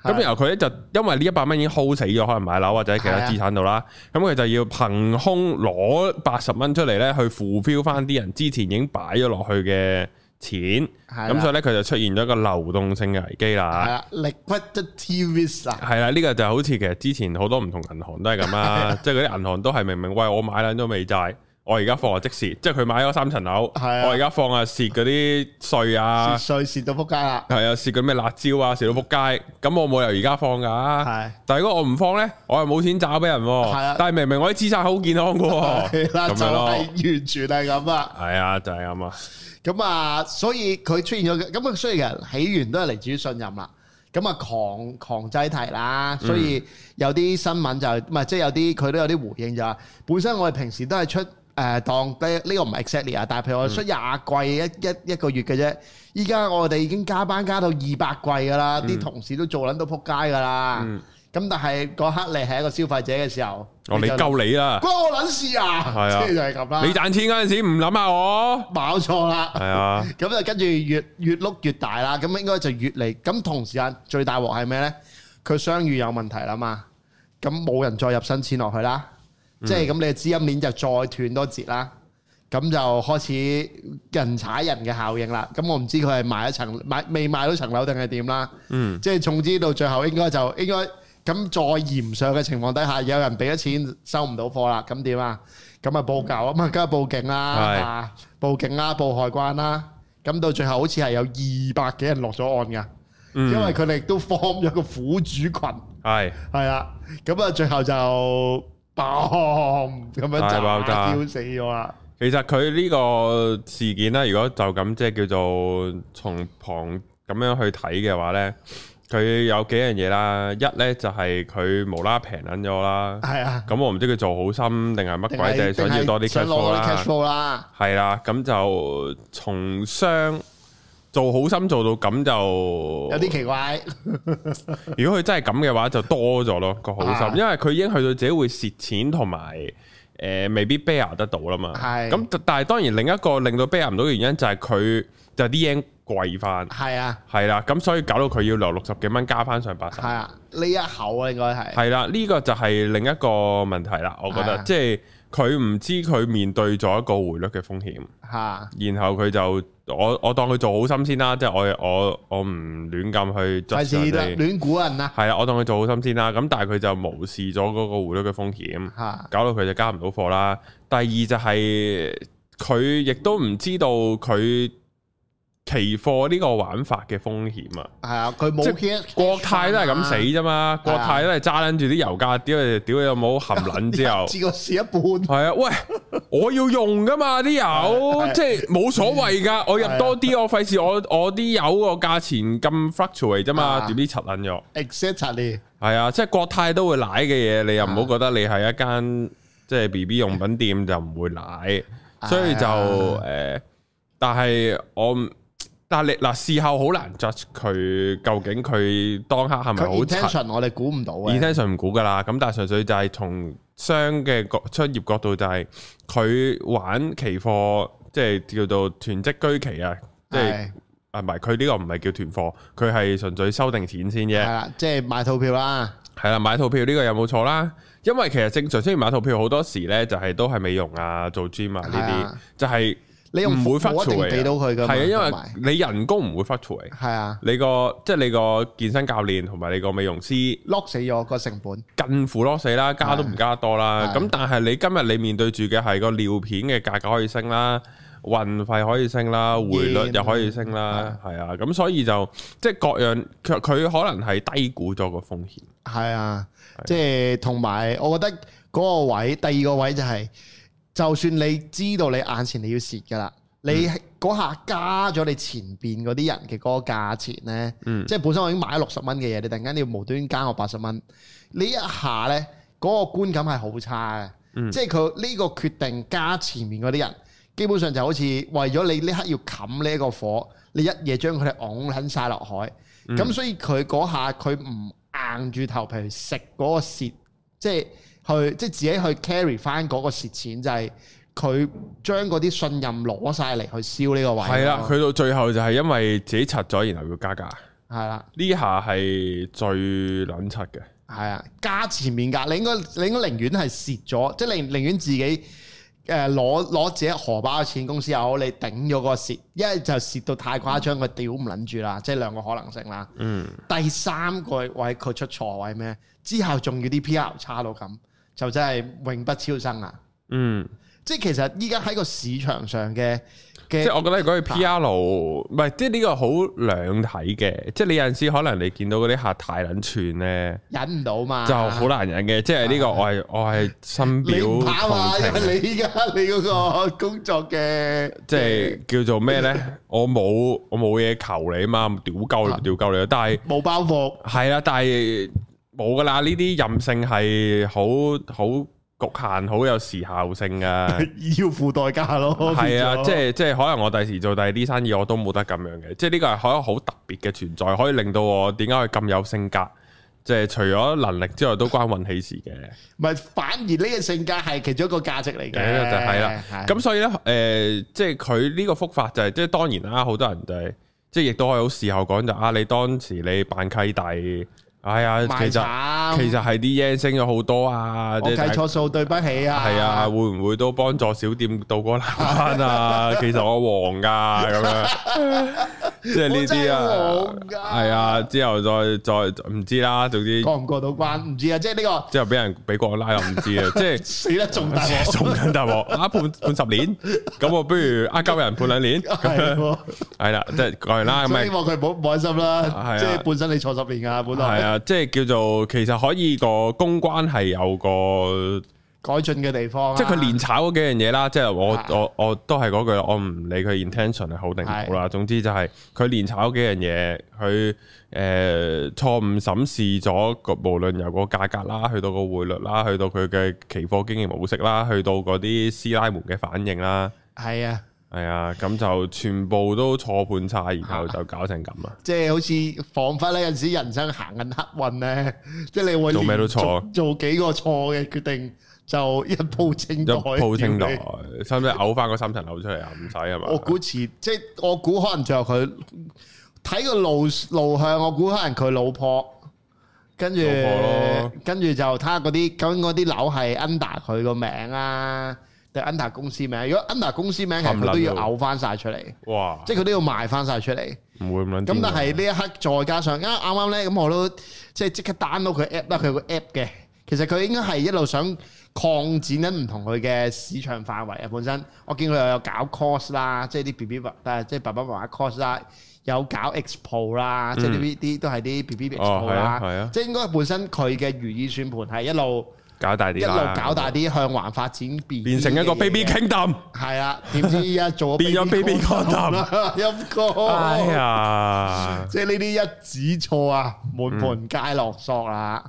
Speaker 1: 咁
Speaker 2: 係
Speaker 1: 然後佢咧就因為呢一百蚊已經 hold 死咗，可能買樓或者其他
Speaker 2: 係啊
Speaker 1: 資產度啦，咁佢就要憑空攞八十蚊出嚟咧，去 fulfill 翻啲人之前已經擺咗落去嘅錢，
Speaker 2: 係
Speaker 1: 咁所以
Speaker 2: 以
Speaker 1: 咧佢就出現咗一個流動性嘅危機
Speaker 2: 係啊
Speaker 1: 啦。
Speaker 2: 啦，liquidity risk 啊，
Speaker 1: 係啦，呢個就好似其實之前好多唔同銀行都係咁 啦，即係嗰啲銀行都係明明喂我買撚咗美債，我而家放啊即時，即係佢買咗三層樓，
Speaker 2: 係啊
Speaker 1: 我而家放啊蝕嗰啲税啊
Speaker 2: 蝕。税蝕到仆街啦。
Speaker 1: 係啊，試過咩辣椒啊，食到仆街，咁我冇由而家放噶。
Speaker 2: 係
Speaker 1: 但係如果我唔放咧，我又冇錢找俾人喎。
Speaker 2: 係啊
Speaker 1: 但係明明我啲資產好健康噶喎，
Speaker 2: 係啦，
Speaker 1: 哦咁
Speaker 2: 就
Speaker 1: 樣
Speaker 2: 係
Speaker 1: 咯。
Speaker 2: 完全係咁啊！
Speaker 1: 係啊，就係咁啊。
Speaker 2: 咁啊，所以佢出現咗，咁啊，所以其實起源都係嚟自於信任啦。咁啊，狂狂擠提啦，所以有啲新聞就唔係即係有啲佢都有啲回應就話，本身我哋平時都係出誒、呃、當呢呢個唔係 exactly 啊，但係譬如我哋出廿季一一一個月嘅啫，依家我哋已經加班加到二百季㗎啦，啲、同事都做撚到撲街㗎啦。咁、
Speaker 1: 嗯
Speaker 2: 但係嗰刻你係一個消費者嘅時候，
Speaker 1: 哦我你
Speaker 2: 就
Speaker 1: 鳩你 啦，
Speaker 2: 關我撚事啊！
Speaker 1: 係啊
Speaker 2: 即係就係咁啦。
Speaker 1: 你賺錢嗰陣時唔諗下我。
Speaker 2: 冇錯啦。
Speaker 1: 係啊，
Speaker 2: 咁就跟住越越碌越大啦，咁應該就越嚟。咁同時間最大鑊係咩呢？佢商譽有問題啦嘛，咁冇人再入新錢落去啦，即係咁你嘅資金鏈就再斷多截啦。咁就開始人踩人嘅效應啦。咁我唔知佢係買一層買未買到層樓定係點啦。
Speaker 1: 嗯，
Speaker 2: 即係總之到最後應該就應該咁再嚴上嘅情況底下，有人俾咗錢收唔到貨啦，咁點啊？咁啊報舊啊嘛，梗係報警啦，
Speaker 1: 係
Speaker 2: 係嘛報警啦，報海關啦。咁到最後好似係有二百幾人落咗案㗎，
Speaker 1: 嗯
Speaker 2: 因為佢哋都 form 咗個苦主群，係
Speaker 1: 係
Speaker 2: 啦。咁啊，最後就爆咁樣
Speaker 1: 大
Speaker 2: 炸
Speaker 1: 爆炸
Speaker 2: 燒死咗啦。
Speaker 1: 其實佢呢個事件咧，如果就咁即係叫做從旁咁樣去睇嘅話咧，佢有幾樣嘢啦。一咧就係佢無啦啦平撚咗啦，
Speaker 2: 係啊，
Speaker 1: 咁我唔知佢做好心定係乜鬼，定係想要多啲 cash
Speaker 2: 想
Speaker 1: flow
Speaker 2: 攞啲
Speaker 1: 啦
Speaker 2: cash。flow 啦，
Speaker 1: 係啦，咁就從商做好心做到咁就
Speaker 2: 有啲奇怪，
Speaker 1: 如果佢真係咁嘅話，就多咗咯個好
Speaker 2: 啊
Speaker 1: 心，因為佢已經去到自己會蝕錢同埋誒未必 bear 得到啦嘛。
Speaker 2: 係
Speaker 1: 咁，但但係當然另一個令到 bear 唔到嘅原因就係佢就係啲 yen 貴翻，
Speaker 2: 係啊，
Speaker 1: 係啦，咁所以搞到佢要由六十幾蚊加翻上八十
Speaker 2: 係。啊，呢一口啊應該係，
Speaker 1: 係啦，呢、個就係另一個問題啦，我覺
Speaker 2: 係
Speaker 1: 得
Speaker 2: 啊
Speaker 1: 即係佢唔知佢面對咗一個匯率嘅風險。
Speaker 2: 嚇
Speaker 1: 然後佢就我我當佢做好心先啦，即係我我我唔亂咁去
Speaker 2: 費
Speaker 1: judge
Speaker 2: 事
Speaker 1: 人哋
Speaker 2: 亂估人啊啦，
Speaker 1: 係啊啦，我當佢做好心先啦。咁但係佢就無視咗嗰個匯率嘅風險，
Speaker 2: 嚇
Speaker 1: 搞到佢就加唔到貨啦。第二就係佢亦都唔知道佢期貨呢個玩法嘅風險啊。
Speaker 2: 係啊，佢
Speaker 1: 即
Speaker 2: 冇
Speaker 1: 係
Speaker 2: hit
Speaker 1: 國泰都係咁死啫嘛，
Speaker 2: 係
Speaker 1: 國
Speaker 2: 啊
Speaker 1: 泰都係揸撚住啲油價，屌你屌你有冇含撚之 後。
Speaker 2: 至個 試一半，
Speaker 1: 系啊，喂，我要用噶嘛啲油，
Speaker 2: 係啊
Speaker 1: 即係冇所謂噶，我入多啲，我費事我我啲油個價錢咁 fluctuate 啫嘛，
Speaker 2: 啊
Speaker 1: 點知柒撚咗？
Speaker 2: exactly
Speaker 1: 係啊，即係國泰都會奶嘅嘢，你又唔好覺得你係一間即係 B B 用品店就唔會奶，所以就
Speaker 2: 啊
Speaker 1: 诶、呃但係我唔但係你嗱事後好難 judge 佢究竟佢當刻係咪好
Speaker 2: 佢
Speaker 1: 柒？
Speaker 2: intention 我哋估唔到嘅，
Speaker 1: intention 唔估噶啦，咁但係純粹就係從商嘅角商業角度就係佢玩期貨，即係叫做囤積居奇啊，即係
Speaker 2: 係
Speaker 1: 啊唔係佢呢個唔係叫囤貨，佢係純粹收定錢先
Speaker 2: 係
Speaker 1: 啫，
Speaker 2: 啦，即係買套票啦，
Speaker 1: 係啦買套票呢個有冇錯啦？因為其實正常雖然買套票好多時咧就係都係美容啊、做 gym 啊
Speaker 2: 係
Speaker 1: 呢
Speaker 2: 啊
Speaker 1: 啲，就係
Speaker 2: 你用
Speaker 1: 唔會
Speaker 2: 服務一
Speaker 1: fluctuate 啊
Speaker 2: 定俾到佢㗎嘛，
Speaker 1: 係
Speaker 2: 同
Speaker 1: 啊
Speaker 2: 埋，
Speaker 1: 因為你人工唔會 fluctuate，
Speaker 2: 係啊
Speaker 1: 你個即係你個健身教練同埋你個美容師。
Speaker 2: ，lock 死咗個成本，
Speaker 1: 近乎攞死啦，加都唔加得多啦。
Speaker 2: 係
Speaker 1: 咁但係你今日你面對住嘅係個尿片嘅價格可以升啦，運費可以升啦，匯率又可以升啦，係啊。咁所以就即係各樣佢佢可能係低估咗個風險，
Speaker 2: 係啊，即係同埋我覺得嗰個位，第二個位就係，就算你知道你眼前你要蝕㗎啦。你嗰下加咗你前邊嗰啲人嘅嗰個價錢咧，
Speaker 1: 嗯
Speaker 2: 即係本身我已經買咗六十蚊嘅嘢，你突然間你要無端加我八十蚊，呢一下咧嗰、個觀感係好差嘅，
Speaker 1: 嗯
Speaker 2: 即係佢呢個決定加前面嗰啲人，基本上就好似為咗你呢刻要冚呢一個火，你一夜將佢哋拱撚晒落海，
Speaker 1: 嗯
Speaker 2: 咁、所以佢嗰下佢唔硬住頭皮去食嗰個蝕，即係去即係自己去 carry 翻嗰個蝕錢就係、佢將嗰啲信任攞晒嚟去燒呢個位。
Speaker 1: 係啊啦。佢到最後就係因為自己柒咗，然後要加價，
Speaker 2: 係啦，
Speaker 1: 呢下係最撚柒嘅。
Speaker 2: 係啊，加前面㗎，你應該你應該寧願係蝕咗，即係寧寧願自己誒攞攞自己荷包嘅錢，公司又好，你頂咗嗰個蝕，一係就蝕到太誇張，佢屌唔撚住啦，即係兩個可能性啦。
Speaker 1: 嗯，
Speaker 2: 第三個位佢出錯位咩？之後仲要啲 P.R. 差到咁，就真係永不超生啊！
Speaker 1: 嗯，
Speaker 2: 即係其實依家喺個市場上嘅
Speaker 1: 即
Speaker 2: 嘅
Speaker 1: 係我覺得嗰句 P.R. 唔係，即係呢個好兩睇嘅。即係你有陣時可能你見到嗰啲客太撚串咧。
Speaker 2: 忍唔到嘛，
Speaker 1: 就好難忍嘅，即係呢個我係我係深表
Speaker 2: 啊你唔怕嘛？因
Speaker 1: 同情，
Speaker 2: 為你依家你嗰個工作嘅
Speaker 1: 即係叫做咩咧？我冇我冇嘢求你嘛，屌鳩
Speaker 2: 啊
Speaker 1: 你就屌鳩你啦，但係
Speaker 2: 冇包袱，
Speaker 1: 係啦，但係冇噶啦，呢啲任性係好好局限，好有時效性 噶。
Speaker 2: 要付代價咯。
Speaker 1: 係
Speaker 2: 變
Speaker 1: 啊，
Speaker 2: 咗
Speaker 1: 即係即係可能我第時做第二啲生意我都冇得咁樣嘅，即係呢個係可能好特別嘅存在，可以令到我點解佢咁有性格？即係除咗能力之外，都關運氣事嘅。
Speaker 2: 唔係反而呢個性格係其中一個價值嚟嘅，
Speaker 1: 係啦就係啦
Speaker 2: 係
Speaker 1: 咁所以咧，誒、即係佢呢個復法就係、即係當然啦，好多人就係、即係亦都可以好事後講就啊，你當時你扮契弟，哎呀，其
Speaker 2: 賣
Speaker 1: 實
Speaker 2: 慘，
Speaker 1: 其實係啲 yen 升咗好多啊，
Speaker 2: 我
Speaker 1: 即係
Speaker 2: 計錯數，對不起啊！
Speaker 1: 系啊，會唔會都幫助小店渡過難關啊？ 其實我黃噶咁樣，即係呢啲啊
Speaker 2: 我真係黃，㗎
Speaker 1: 係啊，之後再再唔知啦，總之
Speaker 2: 過唔過到關唔知啊，即 係呢個
Speaker 1: 之後俾人俾國安拉又唔知啊，即係
Speaker 2: 死得仲大 鑊，
Speaker 1: 中緊大鑊啊判判十年，咁我不如呃鳩人判兩年，
Speaker 2: 係喎
Speaker 1: 係啦，即係講完啦，咁
Speaker 2: 所以
Speaker 1: 咪
Speaker 2: 希望佢唔好唔開心啦
Speaker 1: 啊，
Speaker 2: 即係本身你坐十年噶，本
Speaker 1: 係
Speaker 2: 來
Speaker 1: 啊，即係叫做其實可以個公關係有個。
Speaker 2: 改進嘅地方啊，
Speaker 1: 即係佢連炒嗰幾樣嘢啦，即係我
Speaker 2: 啊
Speaker 1: 我我都係嗰句，我唔理佢 intention 係好定唔好啦。總之就係佢連炒嗰幾樣嘢，佢誒、呃、錯誤審視咗個無論由個價格啦，去到個匯率啦，去到佢嘅期貨經營模式啦，去到嗰啲師奶們嘅反應啦，
Speaker 2: 係啊，
Speaker 1: 係啊，咁就全部都錯判晒，然後就搞成咁啊！
Speaker 2: 即係好似彷彿咧，有陣時人生行緊黑運咧，即係你會
Speaker 1: 做咩都
Speaker 2: 連續
Speaker 1: 錯
Speaker 2: 做幾個錯嘅決定就一鋪清
Speaker 1: 一
Speaker 2: 袋，
Speaker 1: 鋪清袋
Speaker 2: 屌你，
Speaker 1: 使唔使嘔翻嗰三層樓出嚟啊？唔使係嘛？
Speaker 2: 我估遲，即係我估可能最後佢睇個路路向，我估可能佢老婆。跟住
Speaker 1: 老婆咯，
Speaker 2: 跟住就睇下嗰啲咁嗰啲樓係 under 佢個名啊，定 under 公司名？如果 under 公司名，其實佢都要
Speaker 1: 冚撚喎
Speaker 2: 嘔翻晒出嚟，
Speaker 1: 哇！
Speaker 2: 即係佢都要賣翻晒出嚟。
Speaker 1: 唔會咁撚癲啊
Speaker 2: 咁但
Speaker 1: 㗎
Speaker 2: 係呢一刻再加上，因為啱啱咧，咁我都即係即刻 download 佢 app 啦，佢有個 app 嘅。其實佢應該係一路想擴展緊唔同佢嘅市場範圍啊。本身我見佢又有搞
Speaker 1: 嗯
Speaker 2: course 啦，即係啲 B B 誒，即係爸爸媽媽 course 啦，有搞 expo 啦，即係呢啲啲都係啲 B B
Speaker 1: 嗯哦
Speaker 2: expo
Speaker 1: 係啊
Speaker 2: 啦。
Speaker 1: 係啊
Speaker 2: 即係應該本身佢嘅如意算盤係一路
Speaker 1: 搞大啲
Speaker 2: 一路
Speaker 1: 啦，
Speaker 2: 搞大啲向環發展變
Speaker 1: 啊變成一個 baby kingdom。
Speaker 2: 係啦。點知依家做
Speaker 1: 變咗 baby condom
Speaker 2: condom 啦，哦陰公。
Speaker 1: 哎呀，
Speaker 2: 即係呢啲一指錯啊，滿盤皆落索啦。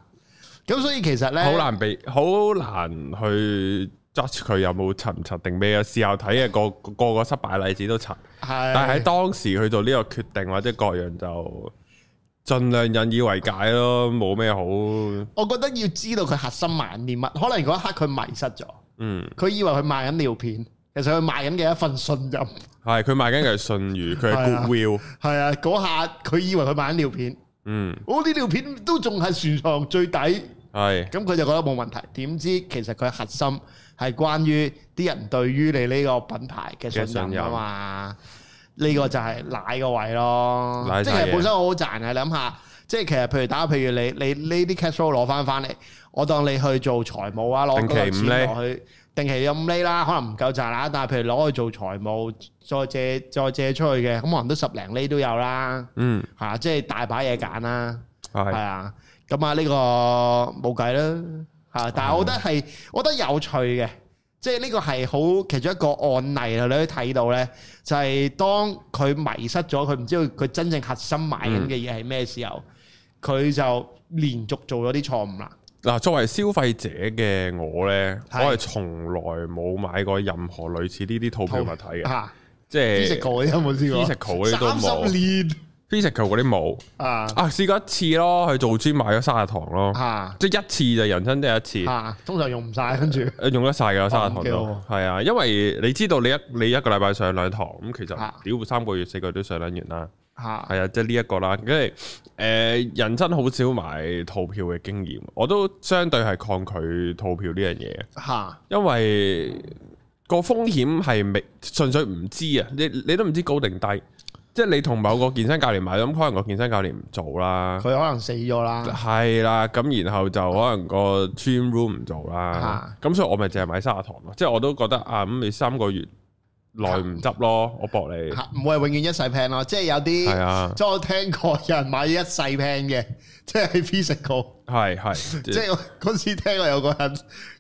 Speaker 2: 咁、所以其實咧，
Speaker 1: 嗯好難被，好難去 judge 佢有冇柒唔柒定咩啊？事後睇嘅個個個失敗例子都柒，
Speaker 2: 係，
Speaker 1: 但係喺當時去做呢個決定或者各樣就盡量引以為戒咯，冇咩好。
Speaker 2: 我覺得要知道佢核心賣緊啲乜，可能嗰一刻佢迷失咗，
Speaker 1: 嗯，
Speaker 2: 佢以為佢賣緊尿片，其實佢賣緊嘅一份信任。
Speaker 1: 係佢賣緊嘅係信譽，佢係
Speaker 2: 係啊
Speaker 1: goodwill。
Speaker 2: 係啊，嗰下佢以為佢賣緊尿片，
Speaker 1: 嗯，
Speaker 2: 我啲尿片都仲係船床最底，咁
Speaker 1: 係
Speaker 2: 佢就覺得冇問題。點知其實佢核心係關於啲人對於你呢個品牌嘅
Speaker 1: 嘅信
Speaker 2: 信任
Speaker 1: 任
Speaker 2: 啊嘛。呢個就係奶個位咯
Speaker 1: 奶，啊
Speaker 2: 即
Speaker 1: 晒
Speaker 2: 係其
Speaker 1: 嘢
Speaker 2: 實本身好好賺啊嘅。你諗下，即係其實譬如打，譬如你你呢啲 cash flow 攞翻翻嚟，我當你去做財務啊，攞嗰
Speaker 1: 定期五厘
Speaker 2: 嚿錢落去，定期有五厘啦，可能唔夠賺啦，但係譬如攞去做財務，再借再借出去嘅，咁可能都十零厘都有啦，
Speaker 1: 嗯
Speaker 2: 係啊，即係大把嘢揀啦，係
Speaker 1: 係
Speaker 2: 啊，咁啊呢個冇計啦，
Speaker 1: 啊
Speaker 2: 嚇，但係我覺得係，我覺得有趣嘅。即係呢個係好其中一個案例啦，你可以睇到呢，就係、當佢迷失咗，佢唔知道佢真正核心買
Speaker 1: 嗯
Speaker 2: 緊嘅嘢係咩時候，佢、就連續做咗啲錯誤啦。
Speaker 1: 嗱，作為消費者嘅我呢，
Speaker 2: 係
Speaker 1: 我係從來冇買過任何類似呢啲套票物體嘅，
Speaker 2: 嚇
Speaker 1: 即係
Speaker 2: ，physical 你有冇試過
Speaker 1: physical 嗰啲都冇
Speaker 2: 三十年
Speaker 1: physical 嗰啲冇。
Speaker 2: 啊
Speaker 1: 啊，試過一次咯，去做 gym 買咗砂糖咯，
Speaker 2: 嚇
Speaker 1: 即係一次就人生得一次，
Speaker 2: 嚇，通常用唔晒，跟住
Speaker 1: 誒用得晒㗎砂糖
Speaker 2: 啊哦咁幾好
Speaker 1: 都
Speaker 2: 喎
Speaker 1: 係啊，因為你知道你一你一個禮拜上兩堂，咁其實
Speaker 2: 啊
Speaker 1: 屌三個月四個月都上撚完啦，
Speaker 2: 嚇
Speaker 1: 係啊，即係呢一個啦，跟住誒人生好少買套票嘅經驗，我都相對係抗拒套票呢樣嘢嘅，
Speaker 2: 嚇
Speaker 1: 因為個風險係未純粹唔知啊，你你都唔知高定低，即係你同某個健身教練買，咁可能個健身教練唔做啦
Speaker 2: 佢。可能死咗啦，
Speaker 1: 係啦，咁然後就可能個 gym room 唔做啦，咁所以我咪淨係買砂糖咯，即係我都覺得啊，咁你三個月內唔執咯，我搏你
Speaker 2: 嚇唔會係永遠一世 plan 咯，即係有
Speaker 1: 係
Speaker 2: 啲。
Speaker 1: 啊，
Speaker 2: 即係我聽過有人買咗一世 plan 嘅，即係 physical。
Speaker 1: 係係，
Speaker 2: 即
Speaker 1: 即係
Speaker 2: 係我嗰次聽過有個人，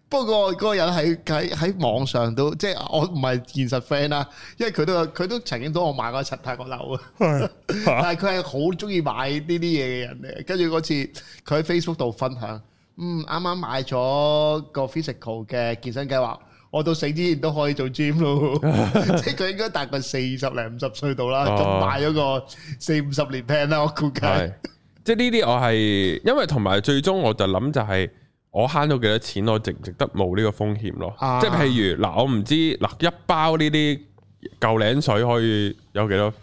Speaker 2: 不過嗰個人喺喺喺網上都即係我唔係現實 friend 啦，因為佢都有佢都曾經幫我買過一層泰國樓啊， 但係佢係好中意買呢啲嘢嘅人嚟。跟住嗰次佢喺 Facebook 度分享，嗯啱啱買咗個 physical 嘅健身計劃。我到死之前都可以做 gym 咯， 即係佢應該大概四十零五十歲到啦，咁
Speaker 1: 哦
Speaker 2: 買咗個四五十年 plan 啦，我估計
Speaker 1: 係，即係呢啲我係，因為同埋最終我就諗就係我慳咗幾多錢，我值唔值得冇呢個風險咯
Speaker 2: 啊？
Speaker 1: 即係譬如嗱，我唔知嗱一包呢啲舊領水可以有幾多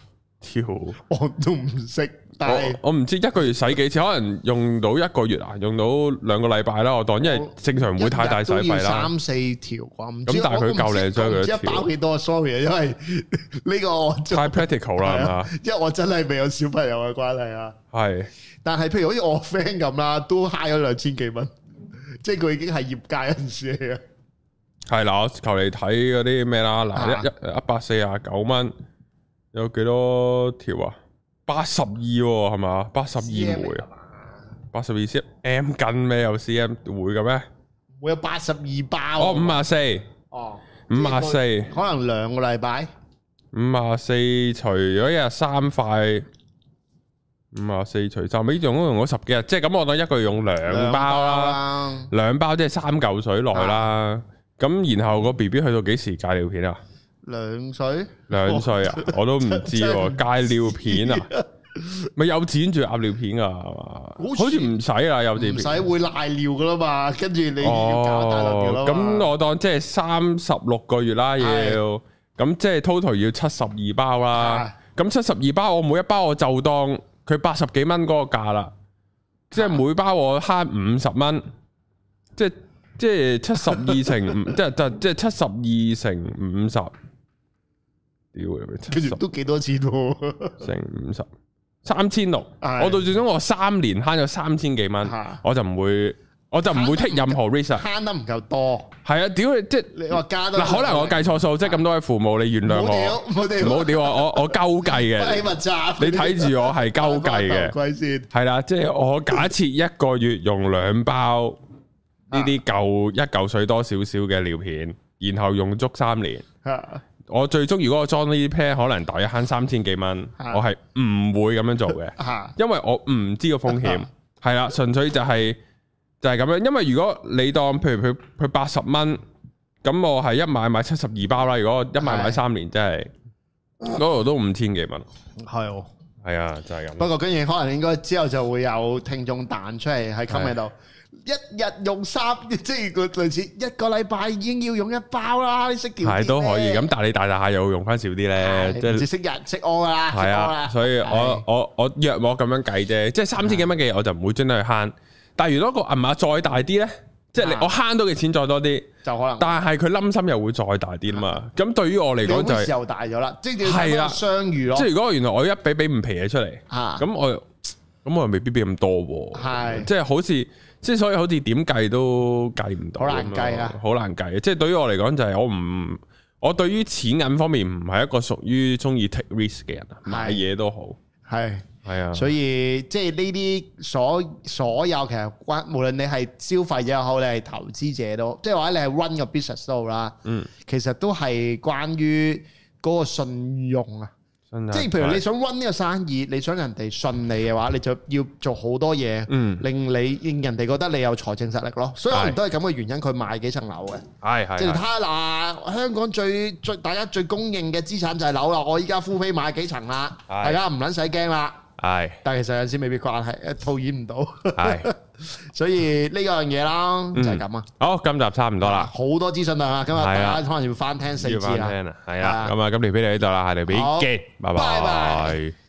Speaker 1: 條？
Speaker 2: 我都唔識。但係
Speaker 1: 我我唔知一個月洗幾次，可能用到一個月啊，用到兩個禮拜啦。我當，因為正常唔會太大洗
Speaker 2: 一日都
Speaker 1: 費
Speaker 2: 要
Speaker 1: 啦。
Speaker 2: 三四條啩，唔
Speaker 1: 咁但係佢夠靚張佢一
Speaker 2: 一
Speaker 1: 條
Speaker 2: 包幾多？sorry，啊因為 呢個我做
Speaker 1: 太 practical
Speaker 2: 啊
Speaker 1: 啦，係嘛？
Speaker 2: 因為我真係未有小朋友嘅關係啊。
Speaker 1: 係
Speaker 2: 但係譬如好似我 friend 咁啦，都慳咗兩千幾蚊， 即係佢已經係業界人士嚟嘅。
Speaker 1: 係嗱，我求你睇嗰啲咩啦，
Speaker 2: 啊
Speaker 1: 嗱一一一百四啊九蚊，有幾多條啊？八十二喎，係嘛？八十二枚啊，八十二 cm M 斤咩？有 cm 會嘅咩？
Speaker 2: 會有八十二包。
Speaker 1: 哦，五啊四，
Speaker 2: 哦，
Speaker 1: 五啊四。
Speaker 2: 可能兩個禮拜。
Speaker 1: 五啊四除咗一日三塊，五啊四除三，呢用都用咗十幾日，即係咁我當一個月用兩包啦，啊
Speaker 2: 啦，
Speaker 1: 兩包即係三嚿水內啦。咁然後個 B B 去到幾時戒尿片啊？
Speaker 2: 兩水。
Speaker 1: 兩歲啊，我都唔知喎。戒尿片啊，咪有剪住鴨尿片啊？係嘛
Speaker 2: 好似
Speaker 1: 好似唔使啊啦，有剪
Speaker 2: 唔
Speaker 1: 片
Speaker 2: 使。會賴尿噶啦嘛，跟住你要搞大粒尿
Speaker 1: 哦
Speaker 2: 啦，嘛
Speaker 1: 咁我當即係三十六個月啦，要咁即係 total 要七十二包啦。咁七十二包我每一包我就當佢八十幾蚊嗰個價啦，即係每包我慳五十蚊，即係即係七十二乘五，即係就即係七十二乘五十，屌你咪七
Speaker 2: 跟
Speaker 1: 十
Speaker 2: 住都幾多錢喎？
Speaker 1: 乘五十。三千六，我
Speaker 2: 係
Speaker 1: 到最終我三年慳咗三千幾蚊
Speaker 2: 嚇，
Speaker 1: 我就唔會，我就唔會剔任何 risk 啊。
Speaker 2: 慳得唔夠多，
Speaker 1: 係啊，屌你即係
Speaker 2: 你話加多
Speaker 1: 嗱，可能我計錯數，即係咁多位父母，你原諒
Speaker 2: 冇屌
Speaker 1: 我，
Speaker 2: 冇屌，
Speaker 1: 唔好屌我，我我鳩計
Speaker 2: 不
Speaker 1: 嘅
Speaker 2: 禮，物集，
Speaker 1: 你睇住我係鳩計嘅，
Speaker 2: 貴先，
Speaker 1: 係啦，即係我假設一個月用兩包呢啲舊一嚿水多少少嘅尿片，然後用足三年，
Speaker 2: 嚇
Speaker 1: 我最終如果我裝呢啲 plan，可能大約慳三千幾蚊，
Speaker 2: 啊
Speaker 1: 我係唔會咁樣做嘅。
Speaker 2: 嚇
Speaker 1: 因為我唔知個風險
Speaker 2: 啊，
Speaker 1: 係啦，純粹就係、就係、咁樣。因為如果你當譬如佢佢八十蚊，咁我係一買買七十二包啦。如果我一買買
Speaker 2: 係
Speaker 1: 三年，真係嗰度都五千幾蚊。
Speaker 2: 係喎。
Speaker 1: 係啊，就係
Speaker 2: 不
Speaker 1: 咁。
Speaker 2: 過跟住可能應該之後就會有聽眾彈出嚟喺 comment 度，一日用三，即係個類似一個禮拜已經要用一包啦，你識條
Speaker 1: 係都可以咁，但係你大大下又用翻少啲咧，即
Speaker 2: 即
Speaker 1: 係
Speaker 2: 係識人識我噶啦，
Speaker 1: 係啊。所以我我我約我咁樣計啫，即係三千幾蚊嘅
Speaker 2: 啊
Speaker 1: 嘢我就唔會專登去慳。但係如果個銀碼再大啲咧，即係你
Speaker 2: 啊
Speaker 1: 我慳到嘅錢再多啲，
Speaker 2: 就可能。
Speaker 1: 但係佢冧心又會再大啲啊嘛。咁對於我嚟
Speaker 2: 你好
Speaker 1: 講就係
Speaker 2: 似。又大咗啦，即
Speaker 1: 係
Speaker 2: 係係
Speaker 1: 啦
Speaker 2: 啦，相遇咯
Speaker 1: 即，係如果原來我一俾俾唔皮嘢出嚟，
Speaker 2: 啊
Speaker 1: 咁我咁我又未必俾咁多喎。
Speaker 2: 係
Speaker 1: 即係好似即係所以好似點計都計唔到咁樣，
Speaker 2: 好難計啊
Speaker 1: 好難計。即係對於我嚟講就係我唔，我對於錢銀方面唔係一個屬於中意 take risk 嘅人啊，
Speaker 2: 係
Speaker 1: 買嘢都好，
Speaker 2: 係。
Speaker 1: 係啊，
Speaker 2: 所以即係呢啲所所有其實關，無論你係消費者又好，你係投資者都，即係或者你係 run 個 business 都好啦。
Speaker 1: 嗯，
Speaker 2: 其實都係關於嗰個信用啊。
Speaker 1: 真係
Speaker 2: 即係譬如你想 run 呢個生意，你想人哋信你嘅話，你就要做好多嘢，
Speaker 1: 嗯
Speaker 2: 令你令人哋覺得你有財政實力咯。所以可能
Speaker 1: 係
Speaker 2: 都係咁嘅原因，佢買幾層樓嘅。
Speaker 1: 係係
Speaker 2: 即係
Speaker 1: 係
Speaker 2: 睇嗱，香港最最大家最公認嘅資產就係樓啦。我依家敷飛買幾層啦，
Speaker 1: 係
Speaker 2: 大家唔撚使驚啦。
Speaker 1: 係
Speaker 2: 但係其實有陣時未必關係，套現唔到，
Speaker 1: 係 嗯
Speaker 2: 所以呢樣嘢啦就係咁啊。
Speaker 1: 好，今集差唔多啦，
Speaker 2: 好多資訊量啊，今日
Speaker 1: 係啊
Speaker 2: 大家可能要翻聽四
Speaker 1: 要
Speaker 2: 次啊
Speaker 1: 翻
Speaker 2: 啦。
Speaker 1: 聽啦，係
Speaker 2: 係
Speaker 1: 啦
Speaker 2: 啊，
Speaker 1: 咁啊，今條片嚟呢度啦，下條片
Speaker 2: 好
Speaker 1: 見，拜
Speaker 2: 拜
Speaker 1: 拜
Speaker 2: 拜。